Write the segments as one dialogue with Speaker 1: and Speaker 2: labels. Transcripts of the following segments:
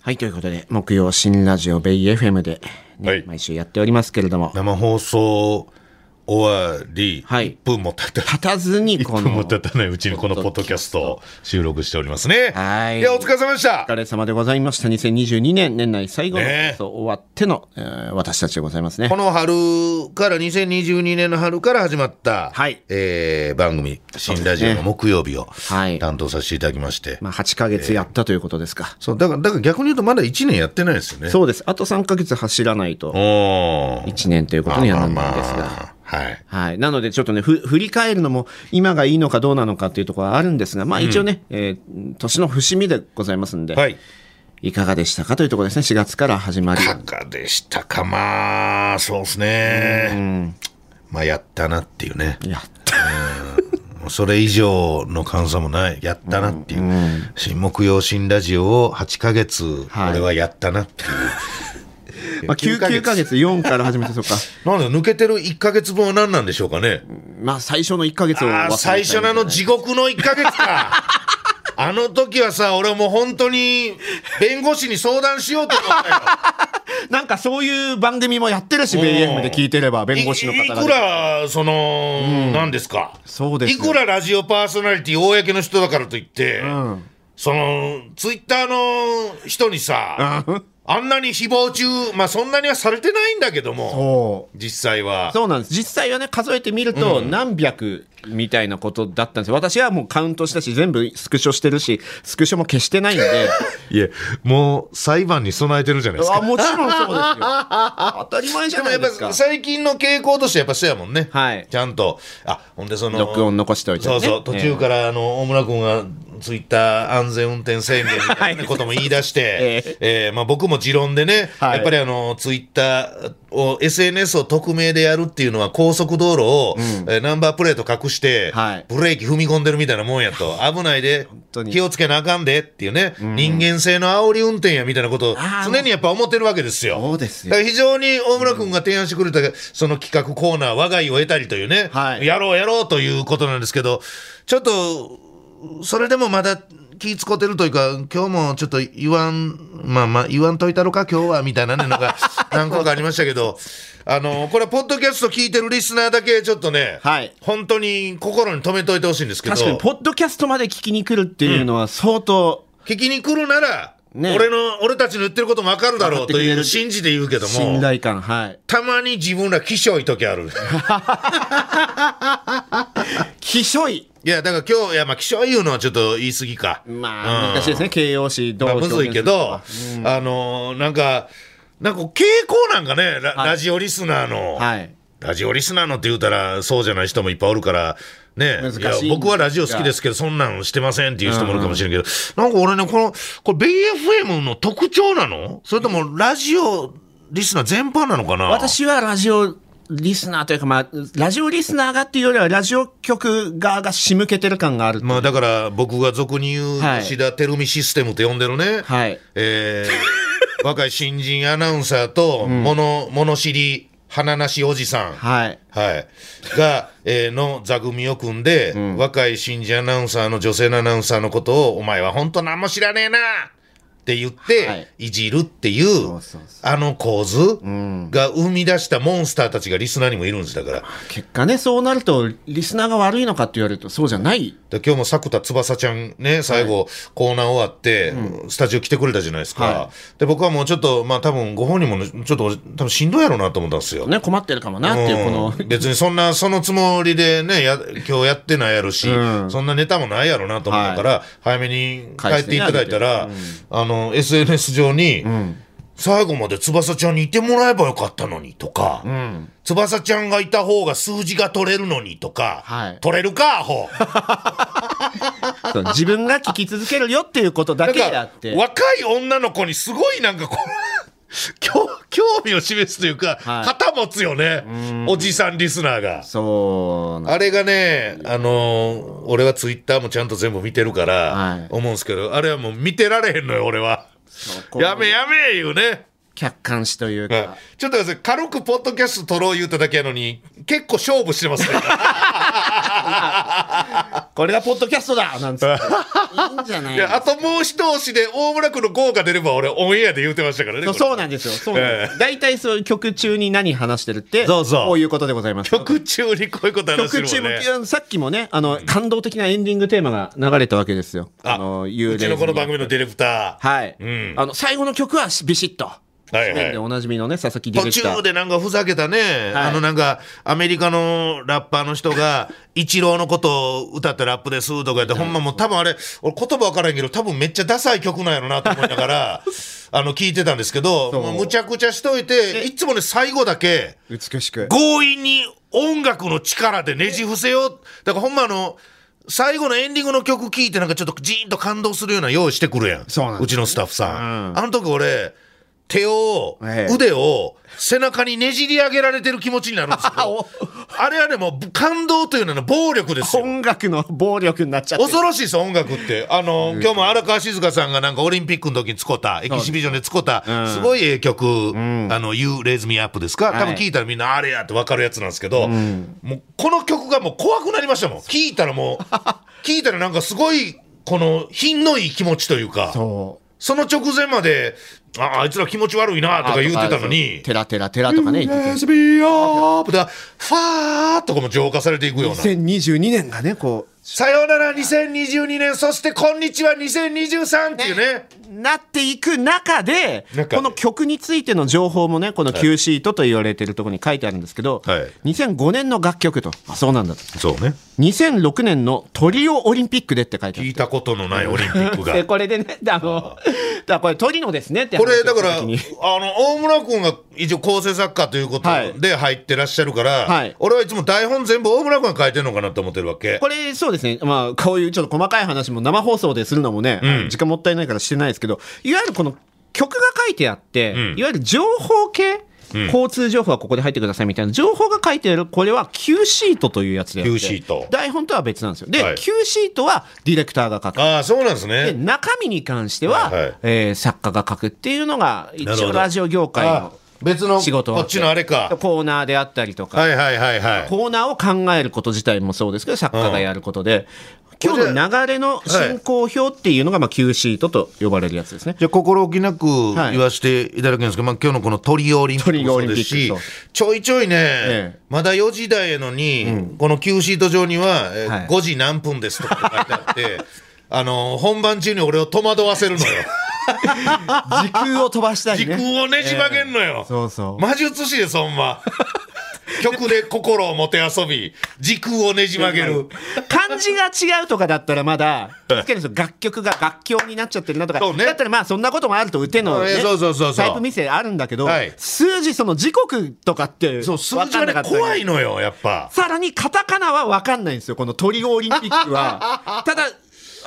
Speaker 1: はい、ということで、木曜新ラジオベイ FM で、ね
Speaker 2: はい
Speaker 1: 毎週やっておりますけれども、
Speaker 2: 生放送終わり、
Speaker 1: はい
Speaker 2: 1分も経た
Speaker 1: 立たずにこ
Speaker 2: 1分も
Speaker 1: の、
Speaker 2: 経たないうちにこのポッドキャストを収録しておりますね。
Speaker 1: はい
Speaker 2: や、お疲れ様でした
Speaker 1: お。疲れ様でございました。2022年年内最後の
Speaker 2: ねえ
Speaker 1: 放送終わっての、えー私たちでございますね
Speaker 2: こ。の春から、2022年の春から始まった、
Speaker 1: はい
Speaker 2: えー番組、新ラジオの木曜日を
Speaker 1: はい
Speaker 2: 担当させていただきまして、
Speaker 1: まあ、8ヶ月やったということですか。
Speaker 2: そうだからだから逆に言うとまだ1年やってないですよね。
Speaker 1: そうです。あと3ヶ月走らないと、
Speaker 2: おー
Speaker 1: 1年ということにはなるんですが。
Speaker 2: あまあはい。
Speaker 1: はい。なので、ちょっとね、ふ、振り返るのも、今がいいのかどうなのかっていうところはあるんですが、まあ一応ね、えー年の節目でございますんで、。
Speaker 2: はいい。
Speaker 1: かがでしたかというところですね。4月から始 まり。
Speaker 2: かがでしたか、まあ、そうですね。まあ、やったなっていうね。
Speaker 1: いや、
Speaker 2: もうそれ以上の感想もない。やったなっていう。新木曜新ラジオを8ヶ月、
Speaker 1: はい
Speaker 2: 俺はやったなっていう。
Speaker 1: まあ9、9ヶ月4から始めて、そっか。
Speaker 2: なんだ抜けてる1ヶ月分は何なんでしょうかね。
Speaker 1: まあ最初の1ヶ月を忘れた
Speaker 2: あ
Speaker 1: い
Speaker 2: あー、最初のあの地獄の1ヶ月 か。あの時はさ、俺もう本当に弁護士に相談しようと思ったよ。
Speaker 1: なんかそういう番組もやってるし、BFM で聞いてれば、 弁護士の
Speaker 2: い
Speaker 1: 方
Speaker 2: いく
Speaker 1: が。
Speaker 2: らその、なんですか
Speaker 1: そうです
Speaker 2: い
Speaker 1: よ
Speaker 2: くらラジオパーソナリティ公の人だからといって、そのツイッターの人にさ、あんなに誹謗中まあそんなにはされてないんだけども
Speaker 1: そう
Speaker 2: 実際は
Speaker 1: そうなんです実際はね数えてみると何百みたいなことだったんですよ、私はもうカウントしたし全部スクショしてるしスクショも消してないん で
Speaker 2: いやもう裁判に備えてるじゃない
Speaker 1: あもちろんそうですよ 当たり前じ
Speaker 2: で
Speaker 1: ゃ
Speaker 2: も
Speaker 1: な
Speaker 2: や
Speaker 1: い
Speaker 2: っ
Speaker 1: です
Speaker 2: ぱ
Speaker 1: か
Speaker 2: 最近の傾向としてやっぱそうやもんね、
Speaker 1: はい
Speaker 2: ちゃんとあほんでその
Speaker 1: 録音残しておいて、ね、
Speaker 2: そうそう、途中
Speaker 1: ら、
Speaker 2: からあの大村君がツイッター安全運転宣言みたいなことも言い出して、
Speaker 1: え
Speaker 2: えーまあ、僕も持論でね、
Speaker 1: はい
Speaker 2: やっぱりあのツイッターを、SNS を匿名でやるっていうのは、高速道路を、えーナンバープレート隠して、
Speaker 1: はい
Speaker 2: ブレーキ踏み込んでるみたいなもんやと、危ないで
Speaker 1: 当、に
Speaker 2: 気をつけなあかんでっていうね、人間性の煽り運転やみたいなことを
Speaker 1: あー
Speaker 2: 常にやっぱ思ってるわけですよ。
Speaker 1: そうですよ
Speaker 2: だから非常に大村君が提案してくれた、その企画コーナー、我が家を得たりというね、
Speaker 1: はい
Speaker 2: やろうやろうということなんですけど、ちょっと、それでもまだ気使ってるというか、今日もちょっと言わん、まあまあ、言わんといたろか、今日は、みたいなね のが何個かありましたけど、あの、これはポッドキャスト聞いてるリスナーだけちょっとね、
Speaker 1: はい
Speaker 2: 本当に心に留めといてほしいんですけど、
Speaker 1: 確かにポ
Speaker 2: 聞
Speaker 1: ッドキャストまで聞きに来るっていうのは相当
Speaker 2: きに来るなら、
Speaker 1: ね
Speaker 2: 俺の、俺たちの言ってることもわかるだろ
Speaker 1: わかっ
Speaker 2: うと
Speaker 1: てく
Speaker 2: い
Speaker 1: れ
Speaker 2: う
Speaker 1: る
Speaker 2: 信じて言うけども。
Speaker 1: 信頼感はい
Speaker 2: たまに自分ら気性い時ある。
Speaker 1: きしょい
Speaker 2: いや、だから今日、いや、まあ、気性いうのはちょっと言い過ぎか。
Speaker 1: ま
Speaker 2: う
Speaker 1: あ
Speaker 2: ん
Speaker 1: 難しいですね形容詞どう
Speaker 2: まあ
Speaker 1: 表
Speaker 2: む
Speaker 1: 現
Speaker 2: ずいけど、あのーなんか、なんかこう傾向なんかね、ラ,、
Speaker 1: はい
Speaker 2: ジオリスナーの、
Speaker 1: はい
Speaker 2: ラジオリスナーのって言うたら、そうじゃない人もいっぱいおるから、ね、
Speaker 1: 難しい
Speaker 2: や僕はラジオ好きですけど、そんなんしてませんっていう人もいるかもしれんけど、なんか俺ね、この、これ、BFM の特徴なのそれとも、ラジオリスナー全般なのかな
Speaker 1: 私はラジオリスナーというか、まあ、ラジオリスナーがっていうよりは、ラジオ局側が仕向けてる感がある。
Speaker 2: まあだから僕が俗に言う
Speaker 1: はい
Speaker 2: 吉田照美システムと呼んでるね、
Speaker 1: はい。
Speaker 2: え ー若い新人アナウンサーと物,、物知り花なしおじさん、はい
Speaker 1: はい。
Speaker 2: が、えーの座組を組んで、若い新人アナウンサーの女性のアナウンサーのことを「お前は本当何も知らねえな!」って言って、
Speaker 1: はい
Speaker 2: い、じるっていう
Speaker 1: そうそう
Speaker 2: あの構図が生み出したモンスターたちがリスナーにもいるんですだから。
Speaker 1: 結果ね、そうなると、リスナーが悪いのかって言われると、そうじゃない。
Speaker 2: で今日も作田翼ちゃんね、最後、コーナー終わって、スタジオ来てくれたじゃないですか。
Speaker 1: は
Speaker 2: で、僕はもうちょっと、まあ多分ご本人もね、ちょっと多分しんどいやろうなと思ったんですよ。
Speaker 1: ね、困ってるかもなっていう、この、
Speaker 2: うん別にそんな、そのつもりでね、や今日やってないやろし、
Speaker 1: うん
Speaker 2: そんなネタもないやろなと思ったから、早めに帰っていただいたら、あの、SNS 上に、最後まで翼ちゃんにいてもらえばよかったのにとか、翼ちゃんがいた方が数字が取れるのにとか、
Speaker 1: はい
Speaker 2: 取れるか、アホ
Speaker 1: そう自分が聞き続けるよっていうことだけ
Speaker 2: なん
Speaker 1: であ
Speaker 2: か
Speaker 1: って。
Speaker 2: 若い女の子にすごいなんかこう 興興味を示すというか、
Speaker 1: はい
Speaker 2: 旗持つよねおじさんリスナーが。
Speaker 1: そうな
Speaker 2: あれがね、あのー俺はツイッターもちゃんと全部見てるから、
Speaker 1: はい
Speaker 2: 思うんですけど、あれはもう見てられへんのよ、俺は。
Speaker 1: そこ
Speaker 2: やめやめ言うね。
Speaker 1: 客観視というか、
Speaker 2: はいちょっと待ってください軽くポッドキャスト撮ろう言うただけやのに結構勝負してますね
Speaker 1: これがポッドキャストだなんつっていいんじゃない
Speaker 2: いやあともう一押しで大村君の号が出れば俺オンエアで言うてましたからね
Speaker 1: そう
Speaker 2: こ
Speaker 1: そう
Speaker 2: れ
Speaker 1: なんですよ。そうなんです。大体そういう曲中に何話してるって、
Speaker 2: そうそう
Speaker 1: こういうことでございます。
Speaker 2: 曲中にこういうこと話して
Speaker 1: 曲
Speaker 2: る
Speaker 1: 中も
Speaker 2: もんね、
Speaker 1: あのさっきもね、あの、感動的なエンディングテーマが流れたわけですよ。
Speaker 2: あ
Speaker 1: あの、
Speaker 2: うちのこの番組のディレクター、
Speaker 1: はい、
Speaker 2: うん
Speaker 1: あの、最後の曲はビシッと。
Speaker 2: はい
Speaker 1: 紙
Speaker 2: はい
Speaker 1: 面でおなじみのね、佐々木ディ
Speaker 2: 途
Speaker 1: レクタ
Speaker 2: 中
Speaker 1: ー。
Speaker 2: でなんかふざけたね、あのなんかアメリカのラッパーの人 がイチローのことを歌ったラップですとか言ってほんまもう多分あれ俺言葉分からんけど多分めっちゃダサい曲なんやろなと思いなが らあの聞いてたんですけど
Speaker 1: そう
Speaker 2: もうむちゃくちゃしといていつもね最後だけ
Speaker 1: 美しく。
Speaker 2: 強引に音楽の力でねじ伏せようだからほんまあの最後のエンディングの曲聴いてなんかちょっとジーンと感動するような用意してくるやん
Speaker 1: そうなんです
Speaker 2: うちのスタッフさん、
Speaker 1: うん
Speaker 2: あの時俺手を、
Speaker 1: ええ
Speaker 2: 腕を背中にねじり上げられてる気持ちになるん ですけど
Speaker 1: お
Speaker 2: あれはねもう感動というのは暴力ですよ
Speaker 1: 音楽の暴力になっちゃってる。
Speaker 2: 恐ろしいですよ音楽ってあの今日も荒川静香さんがなんかオリンピックの時に使ったエキシビジョンで使った、
Speaker 1: うん
Speaker 2: すごいええ曲「あの You Raise Me Up」ですか、
Speaker 1: はい
Speaker 2: 多分聞いたらみんなあれやって分かるやつなんですけど、もうこの曲がもう怖くなりましたもん聞いた らもう聞いたらなんかすごいこの品のいい気持ちというかそ
Speaker 1: そう。
Speaker 2: の直前までああいつら気持ち悪いなとか言ってたのに
Speaker 1: テラテラテラとか
Speaker 2: 「
Speaker 1: ね、言ってて
Speaker 2: Raise Me Up」だファーっとこの浄化されていくような。
Speaker 1: 2022年がね、こ
Speaker 2: さよなら2022年そしてこんにちは2023っていうね
Speaker 1: う、なっていく中で、
Speaker 2: 中で
Speaker 1: この曲についての情報もね、この Q シートと言われてるところに書いてあるんですけど、
Speaker 2: はい
Speaker 1: 2005年の楽曲と。あ、そうなんだと。
Speaker 2: そうね
Speaker 1: 2006年のトリオオリンピックでって書いてあ
Speaker 2: 聞
Speaker 1: る
Speaker 2: いたことのないオリンピック が
Speaker 1: でこれでね、あの、だからこれトリノですねって話
Speaker 2: こ
Speaker 1: をし
Speaker 2: れ
Speaker 1: た
Speaker 2: だ からあ
Speaker 1: 時
Speaker 2: の
Speaker 1: に
Speaker 2: 大村君が一応構成作家ということ
Speaker 1: はい
Speaker 2: で入ってらっしゃるから、
Speaker 1: はい
Speaker 2: 俺はいつも台本全部大村君が書いてるのかなと思ってるわけ
Speaker 1: これそうですね、まあ、こういうちょっと細かい話も生放送でするのもね、
Speaker 2: うん
Speaker 1: 時間もったいないからしてないですけど、いわゆるこの曲が書いてあって、
Speaker 2: うん
Speaker 1: いわゆる情報系、
Speaker 2: ん
Speaker 1: 交通情報はここで入ってくださいみたいな情報が書いてある、これは Q シートというやつであって
Speaker 2: Q シート
Speaker 1: 台本とは別なんですよ。で、
Speaker 2: はい
Speaker 1: Q シートはディレクターが書く。
Speaker 2: ああそうなんです
Speaker 1: で
Speaker 2: ね
Speaker 1: 中身に関しては、
Speaker 2: はいはい
Speaker 1: えー作家が書くっていうのが一
Speaker 2: なるほ
Speaker 1: 応
Speaker 2: ど
Speaker 1: ラジオ業界
Speaker 2: あ
Speaker 1: の
Speaker 2: 別の
Speaker 1: 仕事
Speaker 2: こっちのあれか
Speaker 1: コーナーであったりとか、
Speaker 2: はいはいはいはい
Speaker 1: コーナーを考えること自体もそうですけど作家がやることで、
Speaker 2: うん
Speaker 1: 今日の流れの進行表っていうのがまあ Q シートと呼ばれるやつですね。
Speaker 2: じゃあ心置きなく
Speaker 1: はい
Speaker 2: 言わせていただくんですけど、まあ、今日のこのトリオオリンピックもそうですし
Speaker 1: トリオオリンピック
Speaker 2: ちょいちょいね、
Speaker 1: ええ
Speaker 2: まだ4時台やのに、この Q シート上には、えー
Speaker 1: はい
Speaker 2: 5時何分ですとか書いてあって あの本番中に俺を戸惑わせ るのよ
Speaker 1: 時空を飛ばした
Speaker 2: 時空をねじ曲げんのよ、
Speaker 1: そうそう
Speaker 2: 魔術師ですほんま 曲で心をもてあそび時空をねじ曲げる
Speaker 1: 漢字が違うとかだったらまだ確かにその楽曲が楽教になっちゃってるなとか、
Speaker 2: そうね
Speaker 1: だったらまあそんなこともあると打ての、ね
Speaker 2: えーそうそうそうそう
Speaker 1: タイプ見せあるんだけど、
Speaker 2: はい
Speaker 1: 数字その時刻とかって
Speaker 2: そう数字は
Speaker 1: 分かんなか
Speaker 2: ね
Speaker 1: ったり
Speaker 2: 怖いのよやっぱ
Speaker 1: さらにカタカナは分かんないんですよ、このトリオオリンピック は。ただ、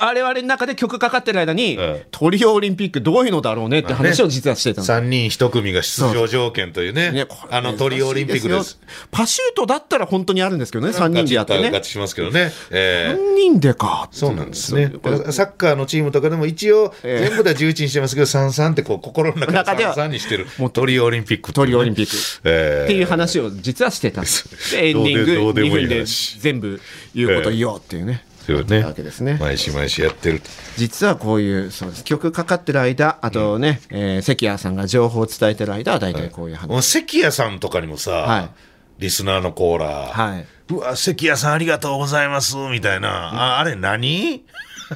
Speaker 1: 我々の中で曲かかってる間に、
Speaker 2: うん
Speaker 1: トリオオリンピックどういうのだろうねって話を実はしてたんです。
Speaker 2: 3人1組が出場条件というね
Speaker 1: ねこれ
Speaker 2: あのトリオオリンピック
Speaker 1: 難
Speaker 2: です
Speaker 1: しいよパシュートだったら本当にあるんですけどね、3人でやって
Speaker 2: ガチッと
Speaker 1: ね
Speaker 2: ガ。チしますけどね。えー
Speaker 1: 3人でか。
Speaker 2: そうなんですね。だからサッカーのチームとかでも一応、
Speaker 1: ええ
Speaker 2: 全部では11にしてますけど、33ってこう心の中
Speaker 1: 中
Speaker 2: で
Speaker 1: では
Speaker 2: 33にしてる。もうトリオオリンピック
Speaker 1: トリオオリン
Speaker 2: ッ
Speaker 1: ピック。
Speaker 2: ク。えー
Speaker 1: っていう話を実はしてたんです。でエンディン
Speaker 2: どう
Speaker 1: グ
Speaker 2: でどうで
Speaker 1: 2
Speaker 2: もいい
Speaker 1: 分で
Speaker 2: 話
Speaker 1: 全部言うこと言おうっていうね。
Speaker 2: そうよね
Speaker 1: わけですね
Speaker 2: 毎週毎週やってると。
Speaker 1: 実はこういうそうです曲かかってる間あとね、えー関谷さんが情報を伝えてる間は大体こういう話、
Speaker 2: もう関谷さんとかにもさ、
Speaker 1: はい
Speaker 2: リスナーのコーラ、
Speaker 1: はいう
Speaker 2: わ、関谷さんありがとうございます、みたいな。ああれ何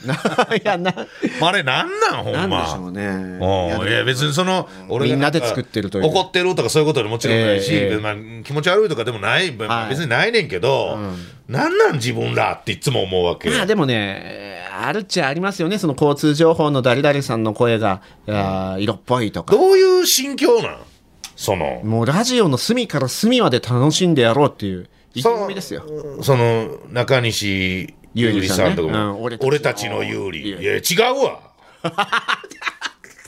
Speaker 1: ない やな、
Speaker 2: あれなんなん、ほんま。
Speaker 1: なんでしょうね。
Speaker 2: うんいや別にその俺が
Speaker 1: みんなで作ってるという
Speaker 2: 怒ってるとかそういうことでもちろんないし、
Speaker 1: ええ
Speaker 2: 別にまあ、気持ち悪いとかでもない、
Speaker 1: はい
Speaker 2: 別にないねんけど、なんなん自分らっていつも思うわけ、
Speaker 1: まあでもね、あるっちゃありますよね、その交通情報の誰々さんの声が、あー色っぽいとか。
Speaker 2: どういう心境なんその
Speaker 1: もうラジオの隅から隅まで楽しんでやろうっていう意気込みですよ。
Speaker 2: その中西優里さんと
Speaker 1: 優里さんね
Speaker 2: かも、
Speaker 1: うん
Speaker 2: 俺
Speaker 1: 俺
Speaker 2: た
Speaker 1: た
Speaker 2: ち
Speaker 1: ち
Speaker 2: の
Speaker 1: の
Speaker 2: 優里
Speaker 1: 優
Speaker 2: いや違うわ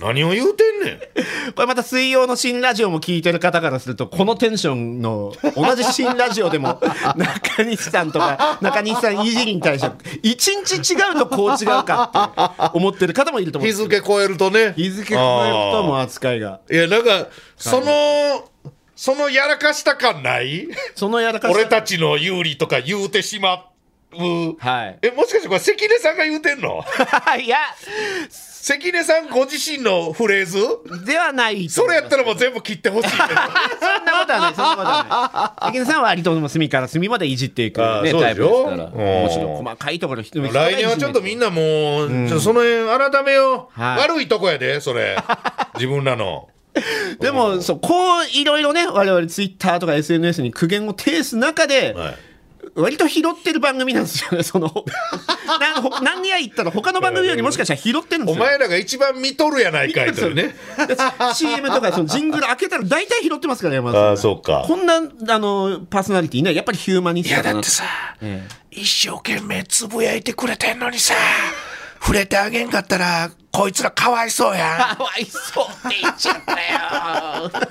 Speaker 2: 何を言うてんねん
Speaker 1: これまた水曜の新ラジオも聞いてる方からするとこのテンションの同じ新ラジオでも 中西さんとか中西さんいじりに対して一日違うとこう違うかって思ってる方もいると思うん
Speaker 2: 日
Speaker 1: ですけど
Speaker 2: 付超えるとね
Speaker 1: 日付変えるとも扱いが
Speaker 2: あーいやなんかそのそのやらかした感ない
Speaker 1: そのやらかし
Speaker 2: 俺たちの有利とか言うてしまう
Speaker 1: はい
Speaker 2: えもしかしてこれ関根さんが言うてん の
Speaker 1: いや
Speaker 2: 関根さんご自身のフレーズ
Speaker 1: ではないと
Speaker 2: そ
Speaker 1: 思
Speaker 2: れ
Speaker 1: い
Speaker 2: や
Speaker 1: ま
Speaker 2: っ
Speaker 1: す
Speaker 2: たらもう全部切って ほしいけど
Speaker 1: そんなことはないそんなことはない関根さんは割と隅から隅までいじっていく、
Speaker 2: あー
Speaker 1: ね、
Speaker 2: そう
Speaker 1: タ
Speaker 2: で
Speaker 1: イ
Speaker 2: し
Speaker 1: プです
Speaker 2: ょ
Speaker 1: から
Speaker 2: うん
Speaker 1: もちろん細かいところ人も
Speaker 2: 来年はちょっとみん
Speaker 1: な
Speaker 2: なもう、ちょっとその辺改めよう、
Speaker 1: はい
Speaker 2: 悪いとこやでそ れ自分らの
Speaker 1: でもそうこういろいろね我々ツイッターとか SNS に苦言を呈す中で、
Speaker 2: はい
Speaker 1: 割と拾ってる番組なんですよね そのなんほ何や言ったら他の番組よりもしかしたら拾ってるんで
Speaker 2: お
Speaker 1: すよ
Speaker 2: 前らが一番見とるやないかいというね
Speaker 1: CM とかそのジングル開けたら大体拾ってますから山
Speaker 2: あ
Speaker 1: 田
Speaker 2: あ
Speaker 1: さん
Speaker 2: そうか
Speaker 1: こんなあのパーソナリティねやっぱりヒューマニス
Speaker 2: い
Speaker 1: ト
Speaker 2: や
Speaker 1: だ
Speaker 2: だ
Speaker 1: な
Speaker 2: ってさ、一生懸命つぶやいてくれてんのにさ触れてあげんかったらこいつらかわいそうや
Speaker 1: かわいそうって言っちゃったよ。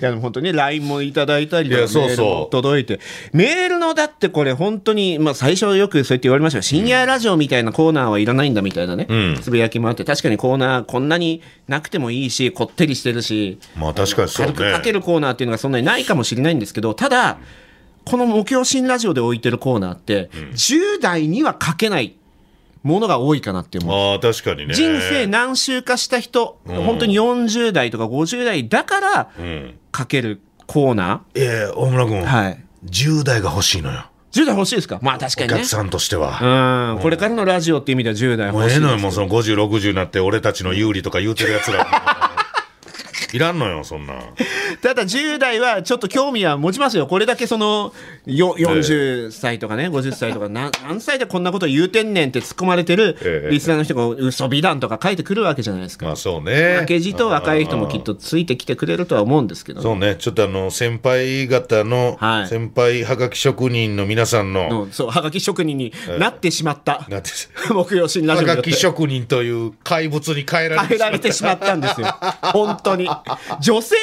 Speaker 1: いやでも本当に LINE もいただいたりとか
Speaker 2: いやそう
Speaker 1: メー
Speaker 2: そう
Speaker 1: ルも届いてメールのだってこれ本当に、まあ、最初よくそうやって言われましたが深夜ラジオみたいなコーナーはいらないんだみたいなね、つぶやきもあって確かにコーナーこんなになくてもいいしこってりしてるし
Speaker 2: んまあ確かにそう
Speaker 1: 軽
Speaker 2: ね
Speaker 1: くかけるコーナーっていうのがそんなにないかもしれないんですけどただこの目標新ラジオで置いてるコーナーって、10代には書けないものが多いかなって思う
Speaker 2: ああ確かにね
Speaker 1: 人生何周かした人、本当に40代とか50代だから
Speaker 2: うん
Speaker 1: 書けるコーナ
Speaker 2: いやいや大村君、
Speaker 1: ー、はい、
Speaker 2: 10代が欲しいのよ
Speaker 1: 10代欲しいですかまあ確か
Speaker 2: お
Speaker 1: にね
Speaker 2: 客さんとしては、
Speaker 1: うんこれからのラジオって意味では10代
Speaker 2: もう
Speaker 1: 欲
Speaker 2: え
Speaker 1: し
Speaker 2: え
Speaker 1: い
Speaker 2: のよもうその5060になって俺たちの有利とか言うてるやつら いらんのよそんな
Speaker 1: ただ10代はちょっと興味は持ちますよこれだけそのよ40歳とかね50歳とか何何歳でこんなこと言うてんねんって突っ込まれて
Speaker 2: え
Speaker 1: る
Speaker 2: え
Speaker 1: リスナーの人が嘘美談とか書いてくるわけじゃないですか
Speaker 2: まあそうね
Speaker 1: 負けじと若い人もきっとついてきてくれるとは思うんですけどね
Speaker 2: そうねちょっとあの先輩方の、
Speaker 1: はい
Speaker 2: 先輩はがき職人の皆さんの、
Speaker 1: のそうはがき職人になってしまった、
Speaker 2: なんて
Speaker 1: 木曜新ラジオ
Speaker 2: は
Speaker 1: によ
Speaker 2: が
Speaker 1: って
Speaker 2: き職人という怪物に変えられ
Speaker 1: 変え
Speaker 2: てしま
Speaker 1: ら
Speaker 2: っ
Speaker 1: れてしまったんですよ。本当に。女性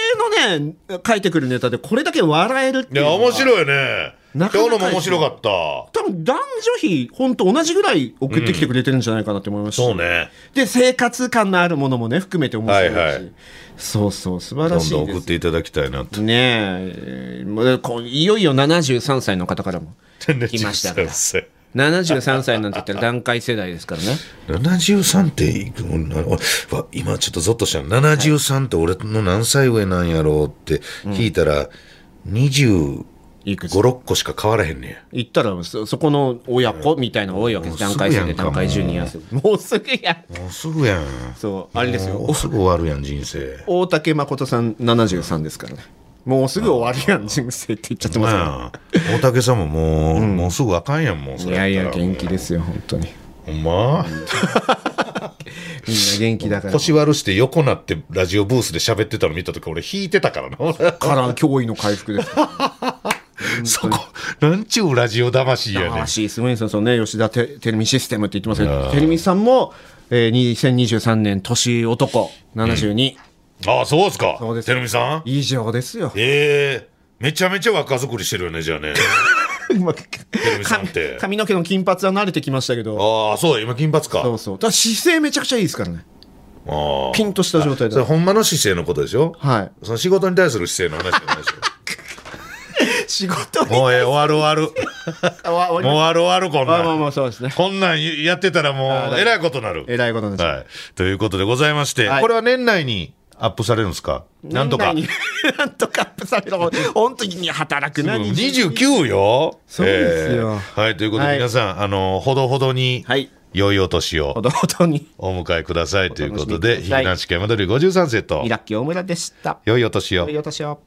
Speaker 1: のね、書いてくるネタでこれだけ笑えるってい
Speaker 2: い
Speaker 1: う
Speaker 2: や
Speaker 1: のは。
Speaker 2: 面白いよね
Speaker 1: なかなか
Speaker 2: 今日のも面白かった
Speaker 1: 多分男女比、本当同じぐらい送ってきてくれてるんじゃないかなって思いました。
Speaker 2: そうね
Speaker 1: で、生活感のあるものもね、含めて面白いし。
Speaker 2: はいはい
Speaker 1: そうそう、素晴
Speaker 2: ど
Speaker 1: ら
Speaker 2: ん
Speaker 1: しい
Speaker 2: どん
Speaker 1: で
Speaker 2: 送っ
Speaker 1: す。
Speaker 2: ていただきたいなと
Speaker 1: ねええーもうこう、いよいよ73歳の方からも来ましたから。
Speaker 2: 73
Speaker 1: 73歳なんて言ったら段階世代ですからね。
Speaker 2: 73っていくもんなおわ今ちょっとゾッとしたの73って俺の何歳上なんやろうって聞いたら、25、
Speaker 1: いくつ
Speaker 2: 6個しか変わらへんねや。
Speaker 1: 言ったらそそこの親子みたいなのが多いわけです
Speaker 2: もう
Speaker 1: 段
Speaker 2: すぐや
Speaker 1: 階生
Speaker 2: ん
Speaker 1: で
Speaker 2: か
Speaker 1: 段階ジュニア生もうすぐやん
Speaker 2: もうすぐやん。
Speaker 1: そうあれですよ
Speaker 2: もうすぐ終わるやん、人生。
Speaker 1: お大竹誠さん73ですからねもうすぐ終わりやん人生って言っちゃってますか
Speaker 2: まあ、大竹さんももう、もうすぐあかんやん、もうそ
Speaker 1: らい
Speaker 2: れ
Speaker 1: やい
Speaker 2: ったら
Speaker 1: や元気ですよ本当にみん
Speaker 2: ほんま
Speaker 1: な元気だから
Speaker 2: 腰悪して横なってラジオブースで喋ってたの見た時俺引いてたからな。
Speaker 1: から脅威の回復ですから
Speaker 2: そこ、なんちゅうラジオ魂やねん。
Speaker 1: しすごいですよそのね吉田てテレミシステムって言ってますけどテレミさんも、えー、2023年年男72、
Speaker 2: ああ、そうですか。
Speaker 1: そうです
Speaker 2: てるみさん
Speaker 1: 以上ですよ
Speaker 2: ええめちゃめちゃ若作りしてるよね、じゃ あね。
Speaker 1: 今
Speaker 2: ミさんって
Speaker 1: 髪の毛の金髪は慣れてきましたけど
Speaker 2: ああ、そうだ、今金髪か。
Speaker 1: そうそう。ただ姿勢めちゃくちゃいいですからね。
Speaker 2: ああ。
Speaker 1: ピンとした状態
Speaker 2: それ、
Speaker 1: で。
Speaker 2: ほんまの姿勢のことでしょ
Speaker 1: はい。
Speaker 2: その仕事に対する姿勢の話じ ゃないでし
Speaker 1: 仕事に
Speaker 2: ょ。もうええ、終わる終わ
Speaker 1: あわ終
Speaker 2: る。もう
Speaker 1: わ
Speaker 2: 終わる終わる、こん
Speaker 1: りまあまあ
Speaker 2: なん。
Speaker 1: まあ、そうですね。
Speaker 2: こんなんやってたらもう、えらいことなる。
Speaker 1: えらいことなんです。
Speaker 2: はい。ということでございまして、
Speaker 1: はい
Speaker 2: これは年内にアップされるんですかなんとか。
Speaker 1: 年内に なんとかアップされろ。本当に働くな。
Speaker 2: 29よ。
Speaker 1: そうですよ
Speaker 2: はい、ということで、
Speaker 1: はい
Speaker 2: 皆さん、あの、ほどほどに、
Speaker 1: はい。
Speaker 2: 良いお年
Speaker 1: ほ
Speaker 2: を
Speaker 1: どほどに。
Speaker 2: お迎えくださいということ
Speaker 1: お楽
Speaker 2: で、
Speaker 1: しみ
Speaker 2: ひ
Speaker 1: く
Speaker 2: き
Speaker 1: ださい
Speaker 2: なし山鳥53世と
Speaker 1: イ、ラッキー大村でした。
Speaker 2: 良いお年を
Speaker 1: 良い。お年を。